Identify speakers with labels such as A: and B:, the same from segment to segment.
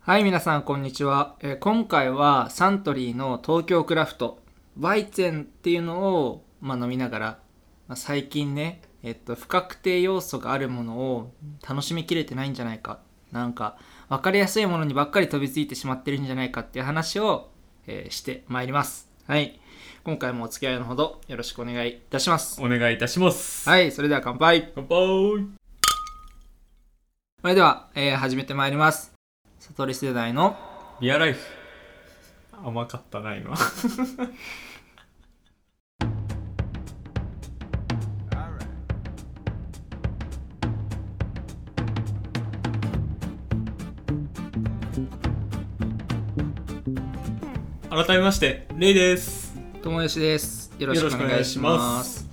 A: はい、皆さん、こんにちは。えー今回はサントリーの東京クラフト、ワイツェンっていうのを、まあ、飲みながら、まあ、最近ね、えっと、不確定要素があるものを楽しみきれてないんじゃないか、なんか、わかりやすいものにばっかり飛びついてしまってるんじゃないかっていう話を、えーしてまいります。はい。今回もお付き合いのほどよろしくお願いいたします。
B: お願いいたします。
A: はい、それでは乾杯。
B: 乾杯
A: それでは、えー始めてまいります。悟り世代の
B: ビアライフ。甘かったな、今。改めまして、レイです。
A: 友吉です。よろしくお願いします。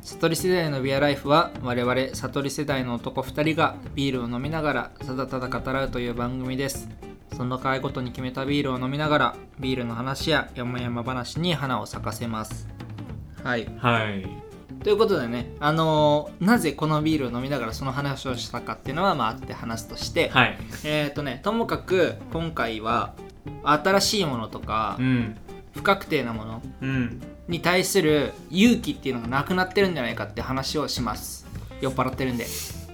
A: 悟り世代のビアライフは我々悟り世代の男2人がビールを飲みながらただただ語らうという番組です。その会ごとに決めたビールを飲みながらビールの話や山々話に花を咲かせます。はい。
B: はい。
A: ということでね、あのーなぜこのビールを飲みながらその話をしたかっていうのはまああって話すとして、
B: はい。
A: えーとね、ともかく今回は新しいものとか
B: うん。
A: 不確定なもの
B: うん。
A: に対する勇気っていうのがなくなってるんじゃないかって話をします酔っ払ってるんで、
B: す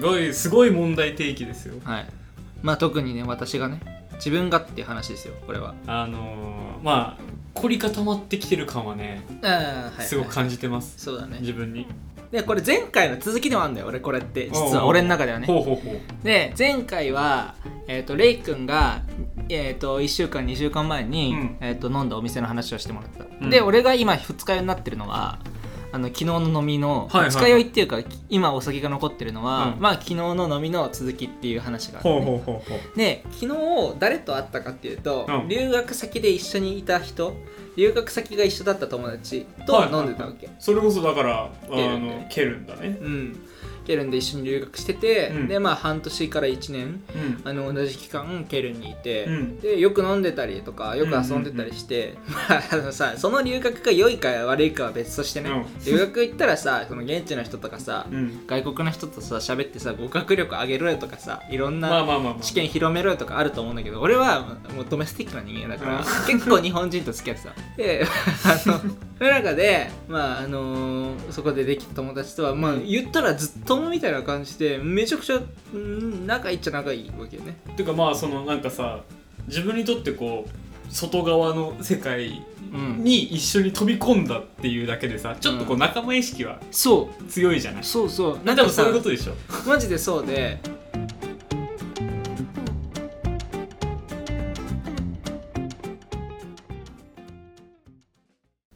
B: ごい、すごい問題提起ですよ。
A: はいまあ、特にね私がね自分がっていう話ですよこれは
B: あのー、まあ、凝り固まってきてる感はね、
A: あ
B: すごく感じてます。
A: そうだね
B: 自分に。
A: でこれ前回の続きでもあるんだよ俺これって実
B: おうお
A: は
B: う
A: 俺の中ではね
B: ほうほうほう。
A: で前回は、えー、とレイ君が、えー、と1週間2週間前に、
B: うん
A: えー、と飲んだお店の話をしてもらった、
B: うん
A: で俺が今二日酔いになってるのはあの昨日の飲みの、
B: はいはいはい
A: 二日酔いっていうかき今お酒が残ってるのは、
B: うん
A: まあ、昨日の飲みの続きっていう話があって、
B: ほうほうほうほう。
A: で昨日誰と会ったかっていうと、
B: うん
A: 留学先で一緒にいた人留学先が一緒だった友達と飲んでたわけ、
B: それこそだからあ
A: 蹴るんだよ
B: の蹴るんだね
A: うんケルンで一緒に留学してて、
B: うん
A: でまあ半年から1年
B: うん
A: あの同じ期間ケルンにいて、
B: うん
A: でよく飲んでたりとかよく遊んでたりして、 まああのさその留学が良いか悪いかは別としてね、
B: うん
A: 留学行ったらさその現地の人とかさ、
B: うん
A: 外国の人とさ喋ってさ語学力上げろよとかさいろん
B: まあ
A: な
B: まあまあまあ
A: 知見広めろよとかあると思うんだけど俺はもうドメスティックな人間だから
B: うん
A: 結構日本人と付き合ってたで あのその中でまああのーそこでできた友達とはまあ言ったらずっともみたいな感じでめちゃくちゃうん仲いいっちゃ仲いいわけよね
B: ていうかまあそのなんかさ自分にとってこう外側の世界
A: うん
B: に一緒に飛び込んだっていうだけでさちょっとこ
A: う
B: うん仲間意識は
A: そ、
B: 強いじゃないう
A: そうそうなん
B: なんか
A: か
B: そ
A: さ
B: ういうことでしょ
A: マジでそうで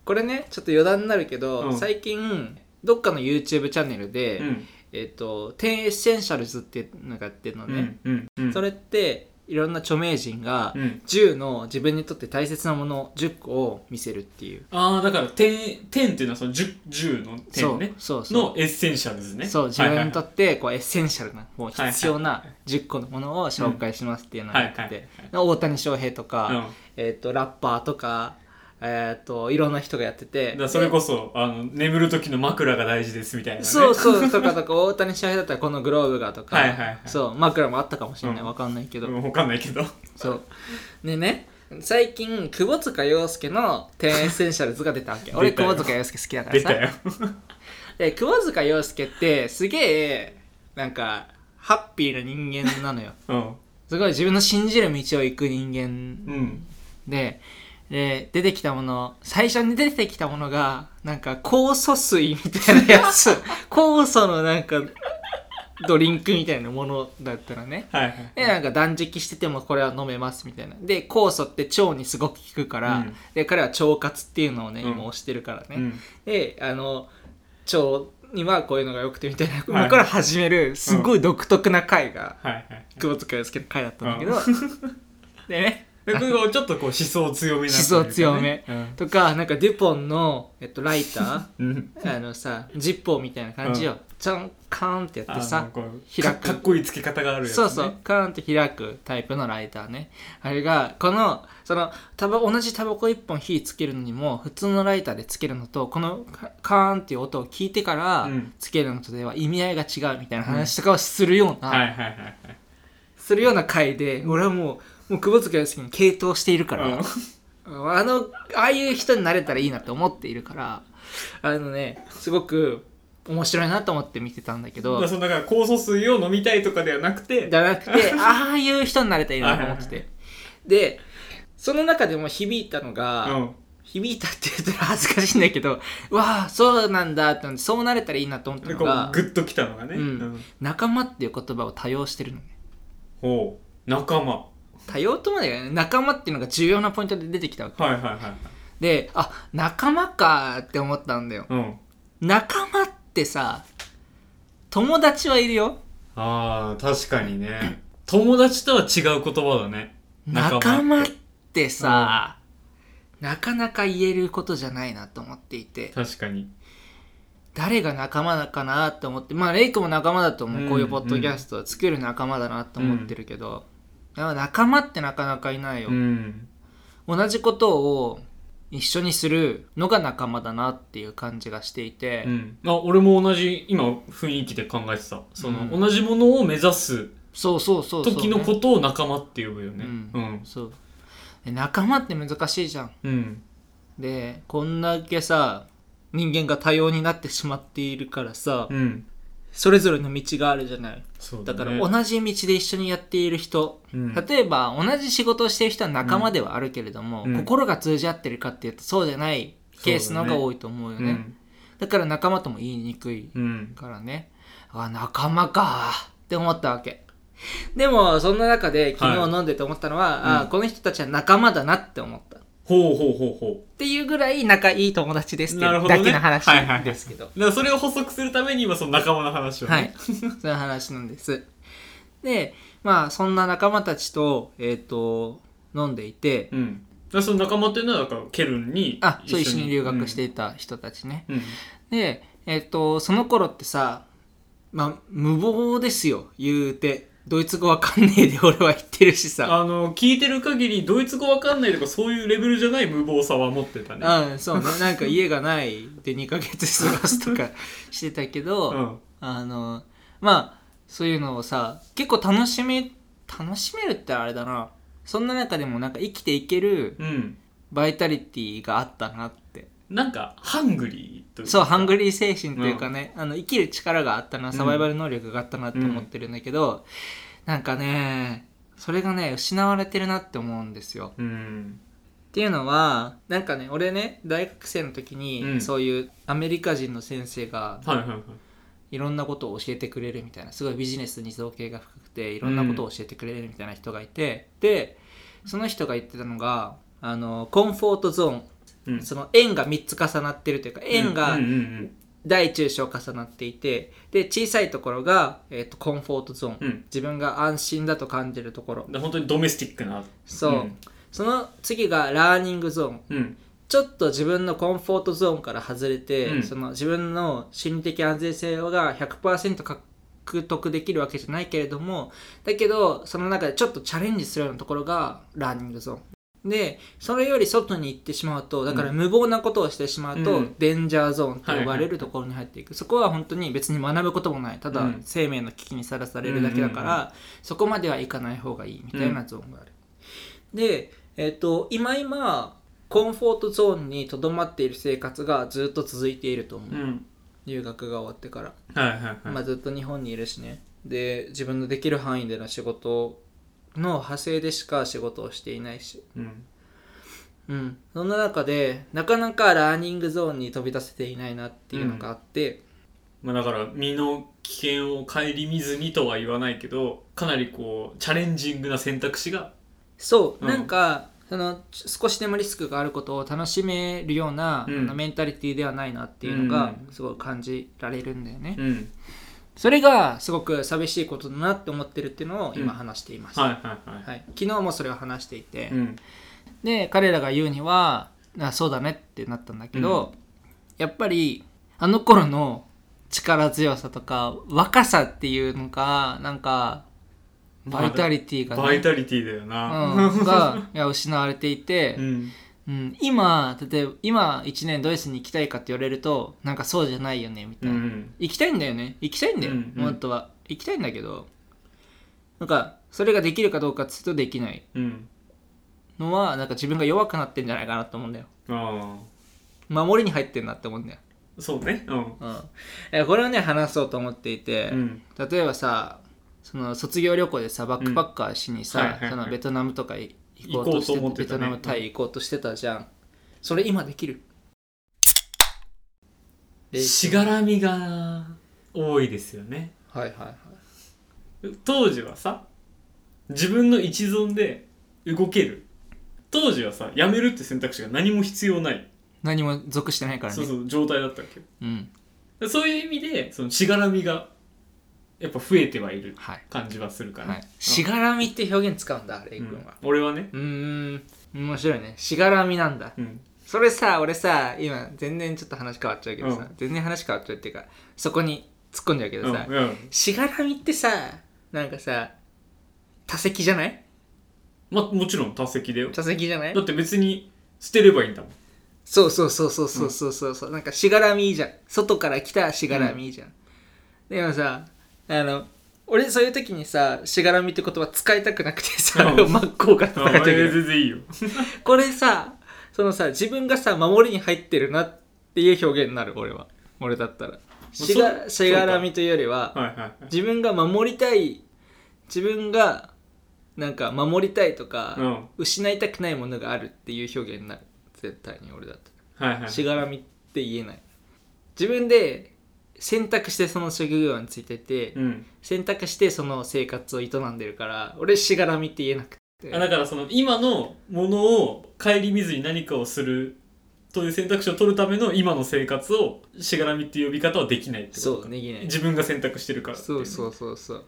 A: これねちょっと余談になるけど、
B: うん
A: 最近どっかの YouTube チャンネルで、
B: うん
A: えっ、と「10エッセンシャルズ」っていうのがやってるの
B: う
A: ね、
B: んうんうん
A: それっていろんな著名人が
B: うん
A: 10の自分にとって大切なもの10個を見せるっていう、
B: ああだから点点っていうのはその十十の
A: そ
B: 点
A: う
B: ね
A: そうそう
B: のエッセンシャルズね
A: そう自
B: はいは
A: 分
B: い
A: にとってこうエッセンシャルなもう必要な10個のものを紹介しますっていうのがあ
B: は
A: っ
B: いはい
A: て
B: はいはい
A: 大谷翔平と
B: はい
A: か、えっとラッパーとか、えっといろんな人がやって
B: う
A: て
B: んだからそれこそあの眠る時の枕が大事ですみたいなね
A: そうそうとかとか大谷翔平だったらこのグローブがとか
B: はいはいはい
A: そう枕もあったかもしれない
B: うん
A: わかんないけど、
B: うんわかんないけど
A: そうでね最近窪塚洋介の「10エッセンシャルズ」が出たわけ俺
B: 出たよ
A: 窪塚洋介好きだから
B: 出
A: さ
B: たよ
A: で窪塚洋介ってすげえなんかハッピーな人間なのよ
B: うん
A: すごい自分の信じる道を行く人間
B: うん
A: でで出てきたもの最初に出てきたものがなんか酵素水みたいなや つ酵素のなんかドリンクみたいなものだったらね
B: はいはい
A: でなんか断食しててもこれは飲めますみたいなで酵素って腸にすごく効くから、
B: うん
A: で彼は腸活っていうのをね、
B: うん
A: 今推してるからね、
B: うん
A: であの腸にはこういうのが良くてみたいな、
B: いはい
A: これ始めるすごい独特な回が、
B: はいはい
A: 久保塚洋介の回だったんだけど、 でね
B: でこれがちょっとこう思想強めなというかね
A: 思想強め
B: うん
A: とかなんかデュポンの、えっと、ライタ
B: うん
A: ーあのさジッポーみたいな感じをちょんカーンってやって
B: あ
A: さ
B: のこう
A: 開
B: か
A: く
B: かっこいいつけ方があるやつね
A: そうそうカーンって開くタイプのライターねあれがこのそのタバ同じタバコ1本火つけるのにも普通のライターでつけるのとこのカカーンっていう音を聞いてから
B: うん
A: つけるのとでは意味合いが違うみたいな話とかをするような、
B: はいはいはいはい
A: するような回で俺はもうもう久保塚洋介に傾倒しているから、あのああいう人になれたらいいなって思っているからあのねすごく面白いなと思って見てたんだけ
B: うん、だか
A: ど
B: らそのだから酵素水を飲みたいとかではなくて
A: じゃなくてああいう人になれたらいいなと思っててでその中でも響いたのが、
B: うん、
A: 響いたって言ったら恥ずかしいんだけどうわあそうなんだって思ってそうなれたらいいなと思った
B: で
A: の
B: こ
A: が
B: うグッときたのがね、
A: うん仲間っていう言葉を多用してるのね
B: ほう仲間は
A: 多用とまではね仲間っていうのが重要なポイントで出てきたわけ
B: いはいはい
A: であ仲間かーって思ったんだよ
B: うん
A: 仲間ってさ友達はいるよ
B: あー確かに ね友達とは違う言葉だね
A: 仲間
B: 仲間っ
A: ってさ、なかなか言えることじゃないなと思っていて
B: 確かに
A: 誰が仲間かなと思ってまあレイクも仲間だと思う、
B: うん
A: こういうポッドキャストを作る仲間だなと思ってるけど、でも仲間ってなかなかいないよ、
B: ん
A: 同じことを一緒にするのが仲間だなっていう感じがしていて、
B: うん、あ俺も同じ今雰囲気で考えてたその、
A: うん
B: 同じものを目指す
A: そうそうそうそう、
B: 時のことを仲間って呼ぶよね
A: うん
B: うん
A: そうで仲間って難しいじゃん
B: うん、
A: でこんだけさ人間が多様になってしまっているからさ、
B: うん、
A: それぞれの道があるじゃない
B: そうだ,、
A: だ
B: ね、
A: から同じ道で一緒にやっている人、
B: うん
A: 例えば同じ仕事をしている人は仲間ではあるけれども、
B: うん
A: 心が通じ合ってるかっていうとそうじゃないケースの方が多いと思うよねだから仲間とも言いにくい
B: うん、うん、
A: からねあ仲間かって思ったわけでもそんな中で昨
B: は
A: 日
B: い
A: 飲んでて思ったのは、あ
B: うん
A: この人たちは仲間だなって思った
B: ほうほうほうほ
A: っていうぐらい仲いい友達ですって
B: な
A: いう
B: るほど
A: だ
B: ね
A: けの話
B: はいはいはい
A: ですけど
B: うだからそれを補足するために今その仲間の話をね、
A: はいそういう話なんですでまあそんな仲間たちとえっ、と飲んでいて
B: うん、だからその仲間っていうのはだからケルンに
A: あそう一緒に留学していた人たちね、
B: うん、うん
A: でえっ、とその頃ってさまあ無謀ですよ言うてドイツ語わかんねえで俺は言ってるしさ
B: あの聞いてる限りドイツ語わかんないとかそういうレベルじゃない無謀さは持ってたね
A: うん、そうね。なんか家がないで2ヶ月過ごすとかしてたけど、
B: うん
A: あの、まあ、そういうのをさ、結構楽しめ、楽しめるってあれだな。そんな中でもなんか生きていける
B: うん
A: バイタリティがあったなって。
B: なんかハングリーというか
A: そう、ハングリー精神というかね、あの生きる力があったな、サバイバル能力があったなって思ってるんだけど、なんかね、それがね、失われてるなって思うんですよ。
B: うん
A: っていうのはなんかね俺ね大学生の時に、
B: うん
A: そういうアメリカ人の先生が
B: はいはいはい
A: いろんなことを教えてくれるみたいなすごいビジネスに造形が深くていろんなことを教えてくれるみたいな人がいて、でその人が言ってたのがあのコンフォートゾーン、
B: うん
A: その円が3つ重なってるというか円が
B: うんうんうん
A: 大中小重なっていてで小さいところが、えっとコンフォートゾーン、
B: うん
A: 自分が安心だと感じるところ
B: うんで本当にドメスティックな
A: そう、
B: うん
A: その次がラーニングゾーン
B: うん
A: ちょっと自分のコンフォートゾーンから外れて、
B: うん
A: その自分の心理的安全性が100%獲得できるわけじゃないけれどもだけどその中でちょっとチャレンジするようなところがラーニングゾーンでそれより外に行ってしまうとだから
B: う
A: 無謀なことをしてしまうと、
B: うん
A: デンジャーゾーンと呼ば
B: はい
A: れ
B: は
A: るところに入っていく、そこは本当に別に学ぶこともないただ
B: うん
A: 生命の危機にさらされるだけだから、
B: うん
A: そこまでは行かない方がいいみたいなゾーンがある、で、えっと今今コンフォートゾーンにとどまっている生活がずっと続いていると思う、
B: うん
A: 留学が終わってから、
B: はいはい
A: ま
B: は
A: あ、ずっと日本にいるしねで自分のできる範囲での仕事の派生でしか仕事をしていないし
B: いうん
A: うんそんな中でなかなかラーニングゾーンに飛び出せていないなっていうのがあって、
B: まあだから身の危険を顧みずにとは言わないけどかなりこうチャレンジングな選択肢が
A: そう、
B: うん
A: なんかそのち少しでもリスクがあることを楽しめるような、
B: うん
A: あのメンタリティではないなっていうのが
B: う
A: すごい感じられるんだよね、
B: うん
A: それがすごく寂しいことだなって思ってるっていうのを今
B: うん
A: 話しています、
B: はいはいはい
A: はい、昨日もそれを話していて、
B: うん
A: で彼らが言うにはあそうだねってなったんだけど、やっぱりあの頃の力強さとか若さっていうのがなんかバイタリティが、ね
B: バイタリティだよな
A: うん、がいや失われていて、
B: うん
A: うん、今例えば今1年ドイツに行きたいかって言われるとなんかそうじゃないよねみた
B: う
A: いな、
B: ん
A: 行きたいんだよね行きたいんだよ、
B: うんうん
A: 本当は行きたいんだけどなんかそれができるかどうかっつうとできない
B: うん
A: のはなんか自分が弱くなってんじゃないかなと思うんだよ
B: あ
A: 守りに入ってんなって思うんだよ、
B: あそうねうん
A: うんえこれをね話そうと思っていて、
B: うん
A: 例えばさその卒業旅行でさバックパッカーしにさ、
B: はいはいはい
A: そのベトナムとかい行こうとして
B: 行こうと思って
A: ベ
B: たね
A: トナムタイ行こうとしてたじゃんそれ今できる
B: しがらみが多いですよね
A: はいはいはい
B: 当時はさ自分の一存で動ける当時はさやめるって選択肢が何も必要ない、
A: 何も属してないからね
B: そうそう状態だったわけよ
A: うん
B: でそういう意味でそのしがらみがやっぱ増えてはいる
A: はい、
B: 感じはするから、
A: はい、しがらみって表現使うんだレイ君は
B: うん俺はね
A: うーん面白いねしがらみなんだ
B: うん
A: それさ俺さ今全然ちょっと話変わっちゃうけどさ、
B: うん
A: 全然話変わっちゃうっていうかそこに突っ込んじゃうけ
B: う
A: ど
B: ん
A: さ、
B: うん
A: しがらみってさなんかさ多席じゃない
B: まあもちろん多席だよ
A: 多席じゃない
B: だって別に捨てればいいんだもん
A: そうそうそうそうそうそうそうそうなんかしがらみいいじゃん外から来たしがらみいいじゃん、でもさあの俺そういう時にさしがらみって言葉使いたくなくてさ、
B: うん
A: 真っ向から戦
B: あ
A: っちゃうけど
B: 全然いいよ
A: これさそのさ自分がさ守りに入ってるなっていう表現になる俺は俺だったら
B: そう
A: しが
B: そうか
A: しがらみというよりは、
B: はいはいはい
A: 自分が守りたい自分がなんか守りたいとか、
B: うんは
A: 失いたくないものがあるっていう表現になる絶対に俺だった
B: いはい
A: らしがらみって言えない自分で選択してその職業についてて、
B: うん
A: 選択してその生活を営んでるから俺しがらみって言えなくて
B: あだからその今のものを顧みずに何かをするという選択肢を取るための今の生活をしがらみっていう呼び方はできないってこと
A: そうねぎない
B: 自分が選択してるからってい
A: そうそううそうそう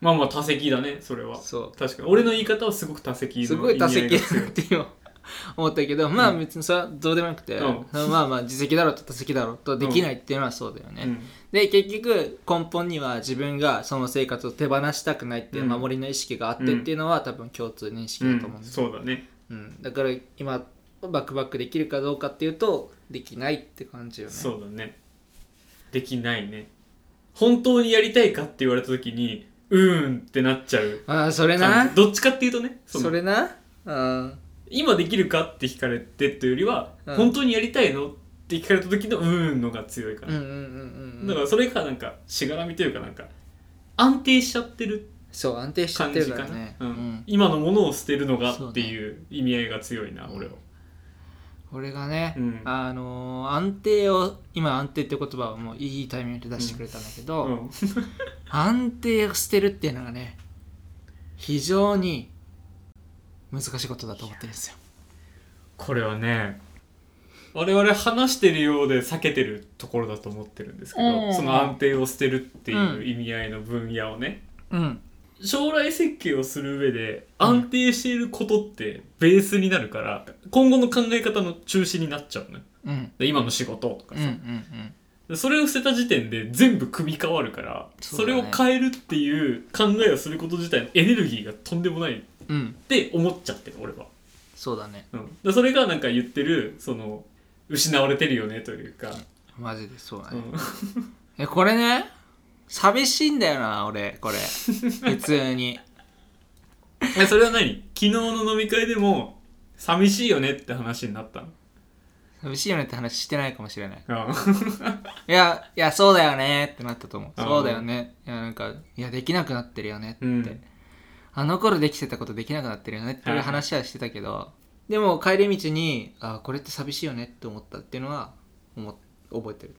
B: まあまあ多席だねそれは
A: そう
B: 確かに俺の言い方はすごく多席の
A: すごい多席
B: 意
A: だ
B: 味合い
A: な
B: が強
A: って今思ったけどまあ
B: うん
A: 別にそれはどうでもよくて、
B: うん
A: まあまあ自責だろうと多席だろうとできないっていうのはそうだよね、
B: いうん
A: で結局根本には自分がその生活を手放したくないっていう
B: うん
A: 守りの意識があってっていうのは、多分共通認識だと思うん
B: うん
A: です、
B: そうだね
A: うんだから今バックバックできるかどうかっていうとできないって感じよね
B: そうだねできないね本当にやりたいかって言われた時にうーんってなっちゃう
A: ああそれ
B: 感
A: な
B: じどっちかっていうとね
A: そ
B: の
A: れなうん
B: 今できるかって聞かれてというよりは、
A: うん
B: 本当にやりたいのって聞かれた時のうーんのが強いか
A: うんう
B: ら、
A: んうんうん
B: だからそれがなんかしがらみというかなんか安定しちゃってる
A: そう安定しちゃっ
B: 感
A: て
B: じ
A: るか
B: からな、
A: ね
B: うん
A: うん
B: 今のものを捨てるのが
A: そうね
B: っていう意味合いが強いな、俺は
A: 俺がね、
B: うん
A: あのー安定を今安定って言葉はもういいタイミングで出してくれたんだけど、
B: うん
A: 安定を捨てるっていうのがね非常に難しいことだと思ってるんですよ
B: これはね我々話してるようで避けてるところだと思ってるんですけど、
A: うん
B: その安定を捨てるって
A: う
B: いうん意味合いの分野をね、
A: うん
B: 将来設計をする上で安定していることってベースになるから、今後の考え方の中心になっちゃうのよ
A: うん
B: で今の仕事とか
A: うんう
B: さ
A: んう、ん
B: でそれを捨てた時点で全部組み変わるからそ,、
A: そうだ
B: れ
A: ね
B: を変えるっていう考えをすること自体のエネルギーがとんでもないっ
A: うん
B: て思っちゃってる俺は。
A: そうだね
B: うん、でそれがなんか言ってるその失われてるよねというか、
A: マジでそうだ
B: う
A: ね、
B: ん、
A: えこれね寂しいんだよな俺 これ普通に
B: えそれは何昨日の飲み会でも寂しいよねって話になったの
A: 寂しいよねって話してないかもしれない
B: あ
A: いやいやそうだよねってなったと思う
B: あー
A: そうだよねいやなんかいやできなくなってるよねって、
B: うん
A: あの頃できてたことできなくなってるよねっていう
B: はい
A: 話はしてたけどでも帰り道にあこれって寂しいよねって思ったっていうのは思っ覚えてる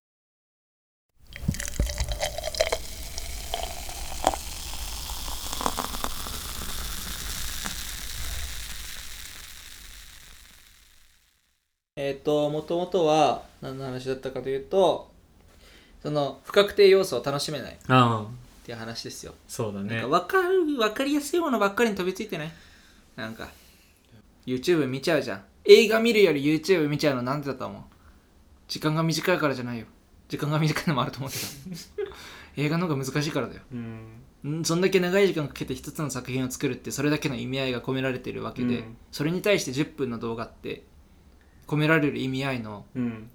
A: えっ、ともともとは何の話だったかというとその不確定要素を楽しめないっ
B: あ
A: ていう話ですよ
B: そうだ
A: な
B: ね
A: んか分かる分かりやすいものばっかりに飛びついてないなんか YouTube 見ちゃうじゃん映画見るより YouTube 見ちゃうのなんでだと思う時間が短いからじゃないよ時間が短いのもあると思うけ ど映画の方が難しいからだよ
B: うん
A: んそんだけ長い時間かけて一つの作品を作るってそれだけの意味合いが込められてるわけで、
B: うん
A: それに対して10分の動画って込められる意味合いの
B: うん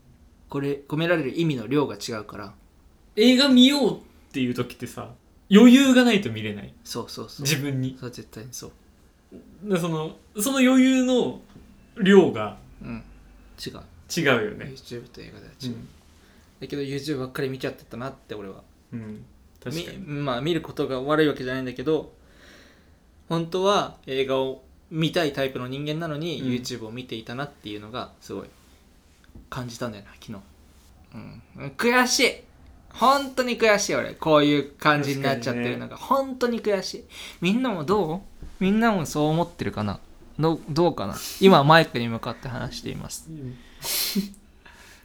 A: これ込められる意味の量が違うから
B: 映画見ようっていう時ってさ余裕がないと見れない
A: そうそうそう
B: 自分に
A: それは絶対にそう
B: でそのその余裕の量が
A: うん違う
B: 違うよね、
A: YouTube と映画では違う、だけど YouTube ばっかり見ちゃってたなって俺は
B: うんうん、確かに
A: みまあ見ることが悪いわけじゃないんだけど本当は映画を見たいタイプの人間なのに、
B: うん
A: YouTube を見ていたなっていうのがすごい感じたんだよな昨日、うん、悔しい本当に悔しい俺こういう感じになっちゃってるのが、本当に悔しいみんなもどうみんなもそう思ってるかなどうどうかな今マイクに向かって話しています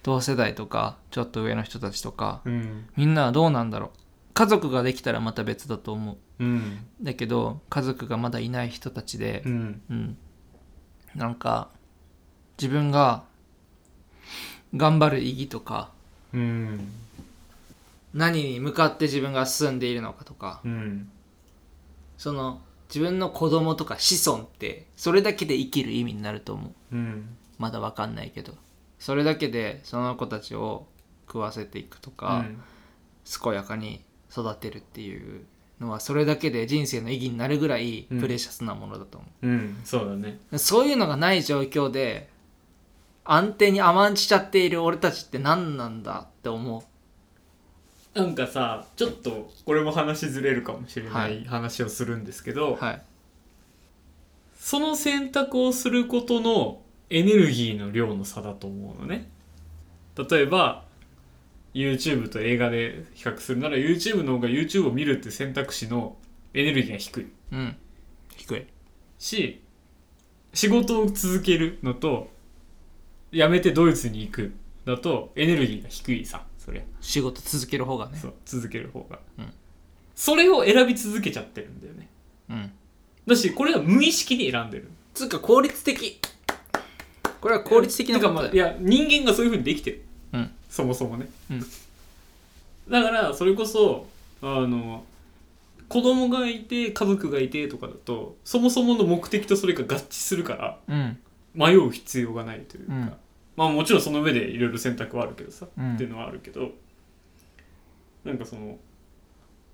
A: 同世代とかちょっと上の人たちとか
B: うん
A: みんなはどうなんだろう家族ができたらまた別だと思う
B: うん
A: だけど家族がまだいない人たちで
B: う、ん
A: うんなんか自分が頑張る意義とか
B: うん
A: 何に向かって自分が進んでいるのかとか
B: うん
A: その自分の子供とか子孫ってそれだけで生きる意味になると思う
B: うん
A: まだ分かんないけどそれだけでその子たちを食わせていくとか、健やかに育てるっていうのはそれだけで人生の意義になるぐらい
B: うん
A: プレシャスなものだと思
B: うん、うん、そうだね
A: う、そういうのがない状況で安定に甘んじちゃっている俺たちって何なんだって思う
B: なんかさちょっとこれも話ずれるかもしれな
A: はいい
B: 話をするんですけど、
A: はい
B: その選択をすることのエネルギーの量の差だと思うのね例えば YouTube と映画で比較するなら YouTube の方が YouTube を見るって選択肢のエネルギーが低い
A: うん低い
B: し仕事を続けるのと辞めてドイツに行くだとエネルギーが低いさそりゃ
A: 仕事続ける方がね
B: そう続ける方が、
A: うん
B: それを選び続けちゃってるんだよね
A: うん
B: だしこれは無意識に選んでる
A: つうか効率的これは効率的な
B: て
A: こ
B: か
A: と
B: まあ
A: だ
B: い
A: よ
B: や人間がそういうふうにできてる
A: うん
B: そもそもね、
A: うん
B: だからそれこそあの子供がいて家族がいてとかだとそもそもの目的とそれが合致するから
A: うん
B: 迷う必要がないというか、
A: うん
B: まあもちろんその上でいろいろ選択はあるけどさ、
A: うん
B: っていうのはあるけどなんかその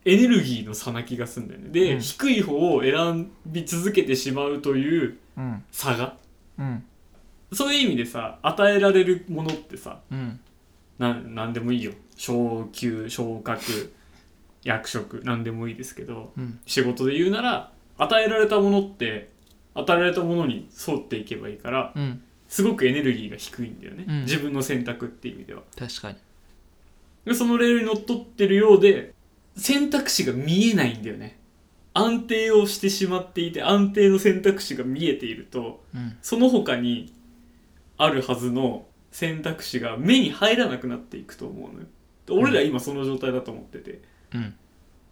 B: エネルギーの差な気がするんだよねで、
A: うん
B: 低い方を選び続けてしまうという
A: うん
B: 差が
A: うん
B: そういう意味でさ与えられるものってさ
A: うん
B: なんなんでもいいよ昇給昇格役職なんでもいいですけど
A: うん
B: 仕事で言うなら与えられたものって与えられたものに沿っていけばいいから
A: うん
B: すごくエネルギーが低いんだよね、
A: うん
B: 自分の選択っていう意味では
A: 確かに
B: でそのレールにのっとってるようで選択肢が見えないんだよね安定をしてしまっていて安定の選択肢が見えていると
A: うん
B: その他にあるはずの選択肢が目に入らなくなっていくと思うのよ俺ら今その状態だと思ってて、
A: うん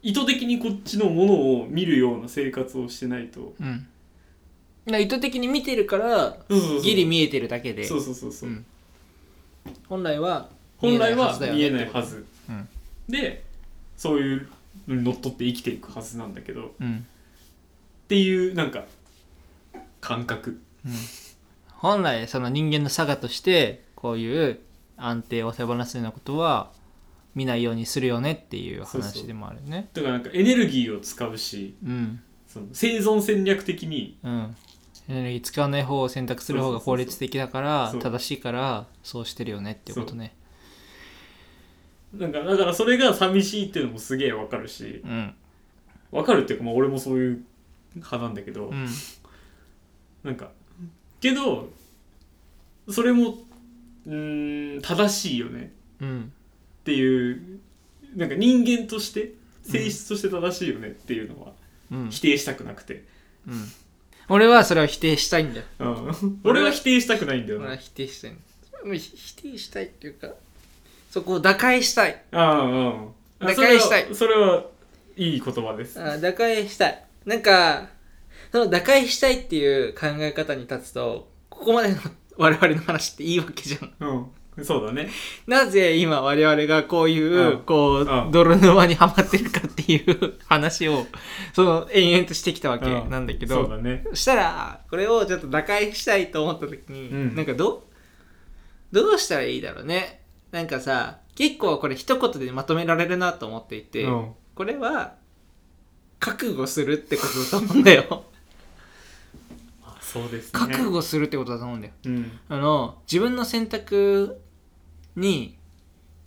B: 意図的にこっちのものを見るような生活をしてないと
A: うんだから意図的に見てるから
B: そうそうそう
A: ギリ見えてるだけで
B: そうそうそうそう、
A: うん本来は
B: 本来は見えない
A: ずだよね
B: は
A: って
B: ず
A: ことうん
B: でそういうのにのっとって生きていくはずなんだけどっ
A: うん
B: ていうなんか感覚
A: 本来その人間の差がとしてこういう安定を手放すようなことは見ないようにするよねっていう話でもあるね
B: とかなんかエネルギーを使うし
A: うん
B: その生存戦略的に
A: うんエネルギー使わない方を選択する方が効率的だから
B: そうそうそうそう
A: 正しいからそうしてるよねっていうことね
B: なんかだからそれが寂しいっていうのもすげえわかるし
A: うん
B: わかるっていうか、まあ、俺もそういう派なんだけど、
A: うん
B: なんかけどそれもうーん正しいよね
A: うん
B: っていうなんか人間として性質として正しいよねっていうのは
A: うん
B: 否定したくなくて、
A: うん俺はそれを否定したいんだよ
B: うん、俺は否定したくないんだよ
A: 俺は
B: な
A: 否定したいのひ否定したいっていうかそこを打開したい
B: あうんうん
A: 打開したい
B: それはそれはいい言葉です
A: あ打開したいなんかその打開したいっていう考え方に立つとここまでの我々の話っていいわけじゃん
B: うんそうだね
A: なぜ今我々がこういう、
B: うん
A: こう、
B: うん
A: 泥沼にはまってるかっていう話をその延々としてきたわけ
B: うん
A: なんだけ
B: そう
A: ど、
B: だね
A: そしたらこれをちょっと打開したいと思った時に、
B: うん
A: なんかどうどうしたらいいだろうねなんかさ結構これ一言でまとめられるなと思っていて、
B: うん
A: これは覚悟するってことだと思うんだ よ
B: あそうですね
A: 覚悟するってことだと思うんだよ
B: うん
A: あの自分の選択に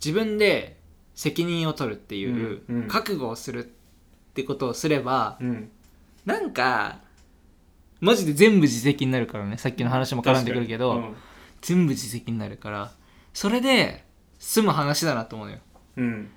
A: 自分で責任を取るっていう
B: うんうん
A: 覚悟をするってことをすれば
B: うん
A: なんかマジで全部自責になるからねさっきの話も絡んでくるけど、
B: 確か
A: 全部自責になるからそれで済む話だなと思うのよ
B: にうん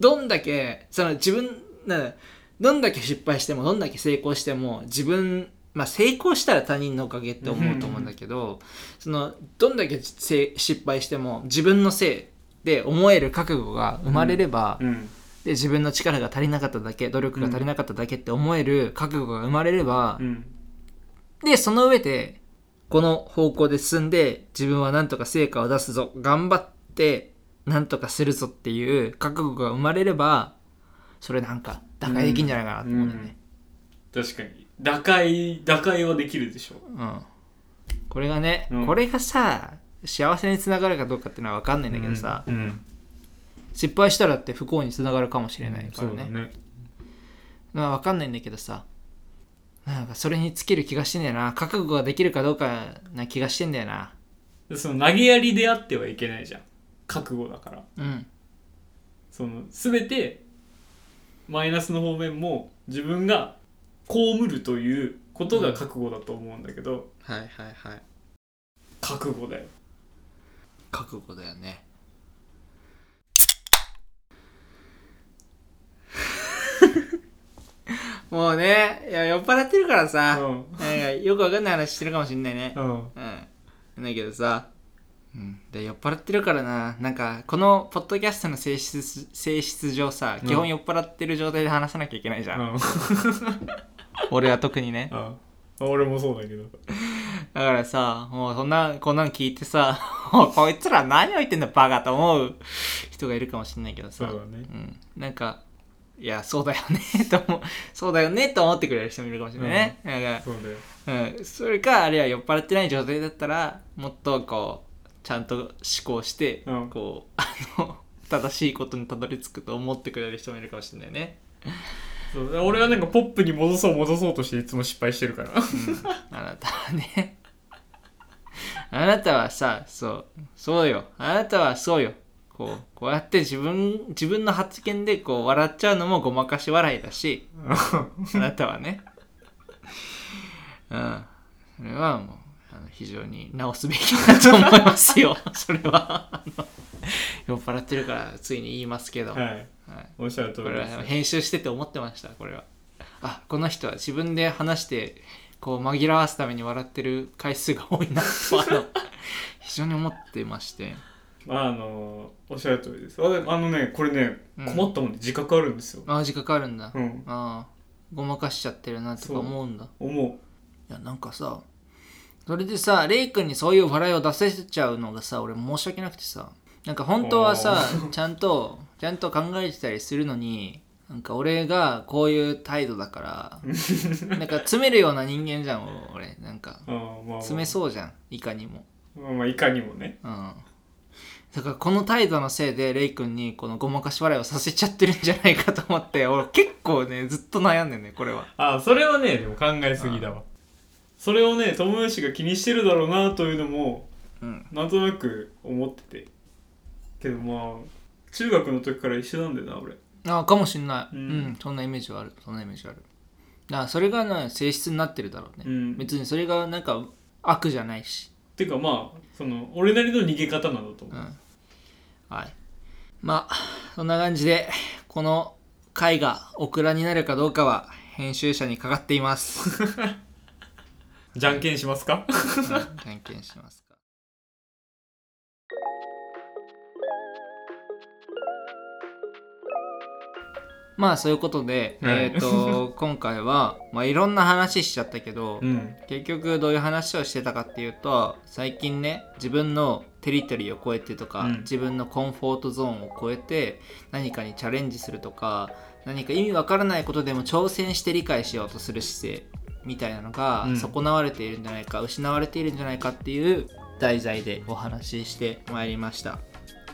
A: どんだけその自分などんだけ失敗してもどんだけ成功しても自分、まあ、成功したら他人のおかげって思うと思うんだけど、そのどんだけせ失敗しても自分のせいで思える覚悟が生まれれば、
B: うんうん
A: で自分の力が足りなかっただけ努力が足りなかっただけって思える覚悟が生まれれば
B: う、ん
A: でその上でこの方向で進んで自分はなんとか成果を出すぞ頑張ってなんとかするぞっていう覚悟が生まれればそれなんか打開できんじゃないかなと思うんだよね、
B: 確かに打開打開はできるでしょ
A: うんこれがね、
B: うん
A: これがさ幸せにつながるかどうかっていうのは分かんないんだけどさ、
B: うん
A: 失敗したらって不幸につながるかもしれないから
B: そうだ
A: ね,、
B: ね
A: まあ分かんないんだけどさなんかそれに尽きる気がしてんだよな覚悟ができるかどうかな気がしてんだよな
B: でその投げやりであってはいけないじゃん覚悟だから
A: うん
B: その全てマイナスの方面も自分が被るということが覚悟だと思うんだけど、
A: はいはいはい
B: 覚悟だよ
A: 覚悟だよね もうねいや酔っ払ってるからさ、
B: うん
A: なんかよくわかんない話してるかもしんないね
B: うん
A: うんだけどさ、うん、で酔っ払ってるからななんかこのポッドキャストの性質性質上さ
B: うん
A: 基本酔っ払ってる状態で話さなきゃいけないじゃん、
B: うん
A: 俺は特にね
B: うん俺もそうだけど
A: だからさ、もうそんな、こんなの聞いてさ、 もうこいつら何を言ってんだバカと思う人がいるかもしんないけど
B: そ
A: さ、
B: うだね
A: ん、なんか、いや、そうだよね と思う、そうだよねと思ってくれる人もいるかもしれないね。なんか
B: そうだよ
A: うん、それか、あるいは酔っ払ってない状態だったら、もっとこう、ちゃんと思考して、
B: うん
A: こう、あの、 正しいことにたどり着くと思ってくれる人もいるかもしれないね。
B: そう俺はなんかポップに戻そう戻そうとしていつも失敗してるから
A: あなたはねあなたはさそうそうよあなたはそうよこうこうやって自分自分の発言でこう笑っちゃうのもごまかし笑いだし あなたはねうんそれはもうあの非常に直すべきだと思います よそれはあの酔っ払ってるからついに言いますけど、
B: はい
A: はい
B: おっしゃる通
A: こ
B: り
A: れ
B: で
A: は編集してて思ってましたこれはあこの人は自分で話してこう紛らわすために笑ってる回数が多いなと あの非常に思ってまして
B: すまああのおっしゃる通りですああのねこれね
A: うん
B: 困ったもんで自覚あるんですよ
A: あ時間かかるんだ、
B: う
A: あ
B: ん
A: あごまかしちゃってるなとか思うんだ
B: 思
A: いやなんかさそれでさレイ君にそういう笑いを出せちゃうのがさ俺申し訳なくてさなんか本当はさちゃんとちゃんと考えてたりするのになんか俺がこういう態度だからなんか詰めるような人間じゃん俺なんか
B: うあまあ
A: 詰めそうじゃんいかにも
B: まあまあいかにもね
A: うんだからこの態度のせいでレイ君にこのごまかし笑いをさせちゃってるんじゃないかと思って俺結構ねずっと悩んでんねこれは
B: あそれはねでも考えすぎだわそれをね友吉が気にしてるだろうなというのも
A: うん
B: なんとなく思っててけどまあ中学の時から一緒なんだよな俺
A: あかもしんない、う
B: うんん
A: そんなイメージはあるそんなイメージはあるだからそれがね性質になってるだろうね、
B: うん
A: 別にそれがなんか悪じゃないし、
B: ていうかまあその俺なりの逃げ方なんだと思
A: う
B: う、
A: ん、はいまあそんな感じでこの回がオクラになるかどうかは編集者にかかっていますうん
B: じゃんけんしますか
A: じゃんけんしますかまあそういうことで、
B: はい
A: えっ、と今回は、まあ、いろんな話しちゃったけど、
B: うん
A: 結局どういう話をしてたかっていうと最近ね自分のテリトリーを越えてとか、
B: うん
A: 自分のコンフォートゾーンを越えて何かにチャレンジするとか何か意味わからないことでも挑戦して理解しようとする姿勢みたいなのが
B: うん
A: 損なわれているんじゃないか、失われているんじゃないかっていう題材でお話ししてまいりました。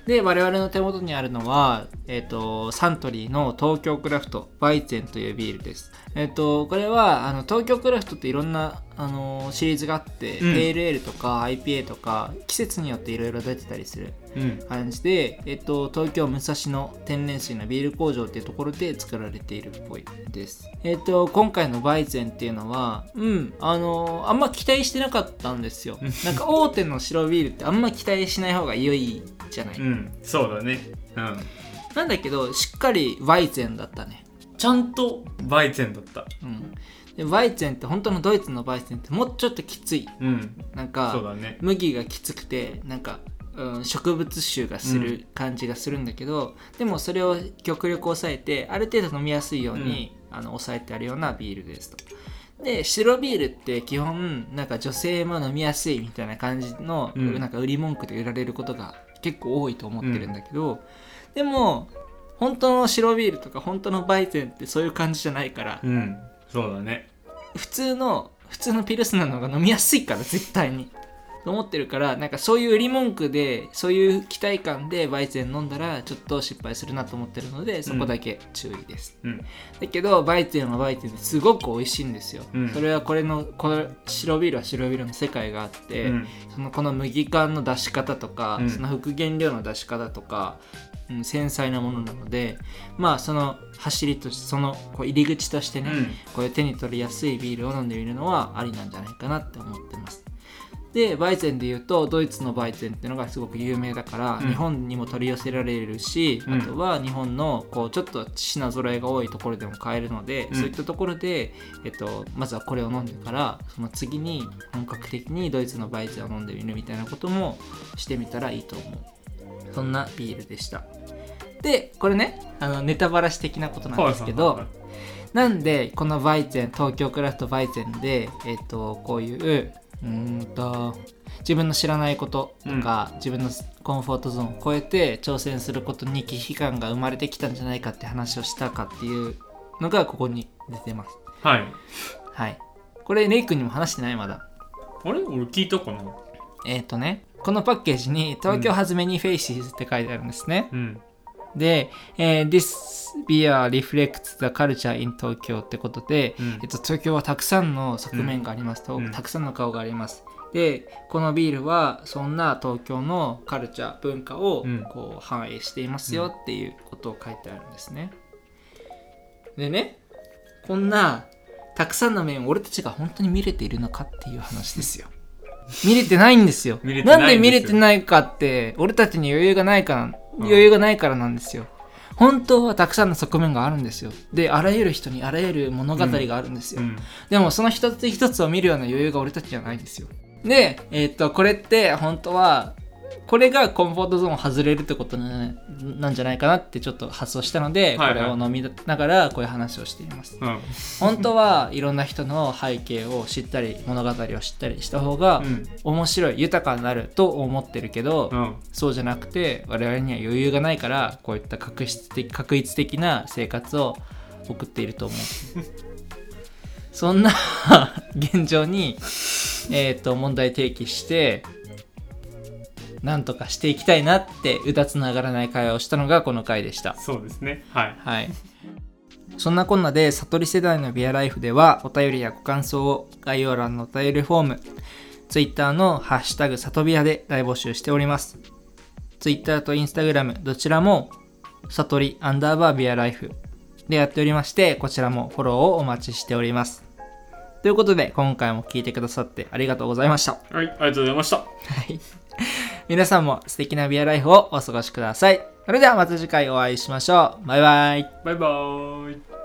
A: で我々の手元にあるのは、ええっとサントリーの東京クラフトバイゼンというビールです、えっとこれはあの東京クラフトっていろんな、あのシリーズがあって、
B: うん
A: ペールエールとか IPA とか季節によっていろいろ出てたりする
B: うん
A: 感じで、えっと、東京武蔵野天然水のビール工場っていうところで作られているっぽいです、えっと、今回のバイゼンっていうのはうんあのあんま期待してなかったんですよ
B: うん
A: なんか大手の白ビールってあんま期待しない方が良いじゃない、
B: うんそうだねうん
A: なんだけどしっかりバイゼンだったね
B: ちゃんとバイゼンだった
A: うんでバイゼンって本当のドイツのバイゼンってもうちょっときつい
B: うん
A: なんか
B: そうだね
A: 麦がきつくてなんか、うん、植物臭がする感じがするんだけど、でもそれを極力抑えてある程度飲みやすいように、あの抑えてあるようなビールですと。で白ビールって基本なんか女性も飲みやすいみたいな感じの、
B: うん
A: なんか売り文句で売られることが結構多いと思ってるんだけど、でも本当の白ビールとか本当のバイゼンってそういう感じじゃないから、
B: うんそうだね
A: 普通の普通のピルスなのが飲みやすいから絶対にと思ってるからなんかそういう売り文句でそういう期待感でバイゼン飲んだらちょっと失敗するなと思ってるのでそこだけ注意です、
B: うん
A: だけどバイゼンはバイゼンですごく美味しいんですよ、
B: うん
A: それはこれのこの白ビールは白ビールの世界があって、
B: うん
A: そのこの麦缶の出し方とか、
B: うん
A: その復原料の出し方とか、うん、繊細なものなのでまあその走りとしてそのこう入り口として
B: う
A: ね、
B: ん
A: これ手に取りやすいビールを飲んでみるのはありなんじゃないかなって思ってますでバイゼンで言うとドイツのバイゼンっていうのがすごく有名だから、
B: うん
A: 日本にも取り寄せられるし、
B: うん
A: あとは日本のこうちょっと品揃えが多いところでも買えるので、
B: うん
A: そういったところで、えっと、まずはこれを飲んでからその次に本格的にドイツのバイゼンを飲んでみるみたいなこともしてみたらいいと思うそんなビールでしたでこれねあのネタバラシ的なことなんですけど、
B: はいはいはい
A: なんでこのバイゼン東京クラフトバイゼンで、えっとこういううーんと自分の知らないこととか、自分のコンフォートゾーンを超えて挑戦することに危機感が生まれてきたんじゃないかって話をしたかっていうのがここに出てます
B: はい
A: はいこれレイ君にも話してないまだ
B: あれ俺聞いたかな
A: えっ、とねこのパッケージに「東京はずめにフェイシーズ」って書いてあるんですね、
B: うん
A: で、えー This beer reflects the culture in Tokyo ってことで、
B: うん
A: えっと、東京はたくさんの側面がありますと、
B: うん
A: たくさんの顔がありますでこのビールはそんな東京のカルチャー文化を
B: うん
A: こう反映していますよっていうことを書いてあるんですねでねこんなたくさんの面を俺たちが本当に見れているのかっていう話です よ見れてないんですよ
B: 見れてな
A: ない
B: ん
A: ん
B: です
A: で
B: よ
A: 見れてないかって俺たちに余裕がないから
B: うん
A: 余裕がないからなんですよ本当はたくさんの側面があるんですよであらゆる人にあらゆる物語があるんですよ、
B: うん
A: でもその一つ一つを見るような余裕が俺たちじゃないんですよでえっとこれって本当はこれがコンフォートゾーンを外れるってことななんじゃないかなってちょっと発想したので、
B: はいはい
A: これを飲みながらこういう話をしています
B: うん
A: 本当はいろんな人の背景を知ったり物語を知ったりした方が
B: うん
A: 面白い豊かになると思ってるけど、
B: うん
A: そうじゃなくて我々には余裕がないからこういった確執的確一的な生活を送っていると思うそんな現状に、えー、と問題提起してなんとかしていきたいなってうだつの上がらない会話をしたのがこの回でした
B: そうですねはい
A: はい。そんなこんなで悟り世代のビアライフではお便りやご感想を概要欄のお便りフォーム、Twitter のハッシュタグ里ビアで大募集しております。Twitter と Instagram どちらも悟りアンダーバービアライフでやっておりましてこちらもフォローをお待ちしております。ということで今回も聞いてくださってありがとうございました。
B: はいありがとうございました
A: はい。皆さんも素敵なビアライフをお過ごしください。それではまた次回お会いしましょう。バイバイ。
B: バイバーイ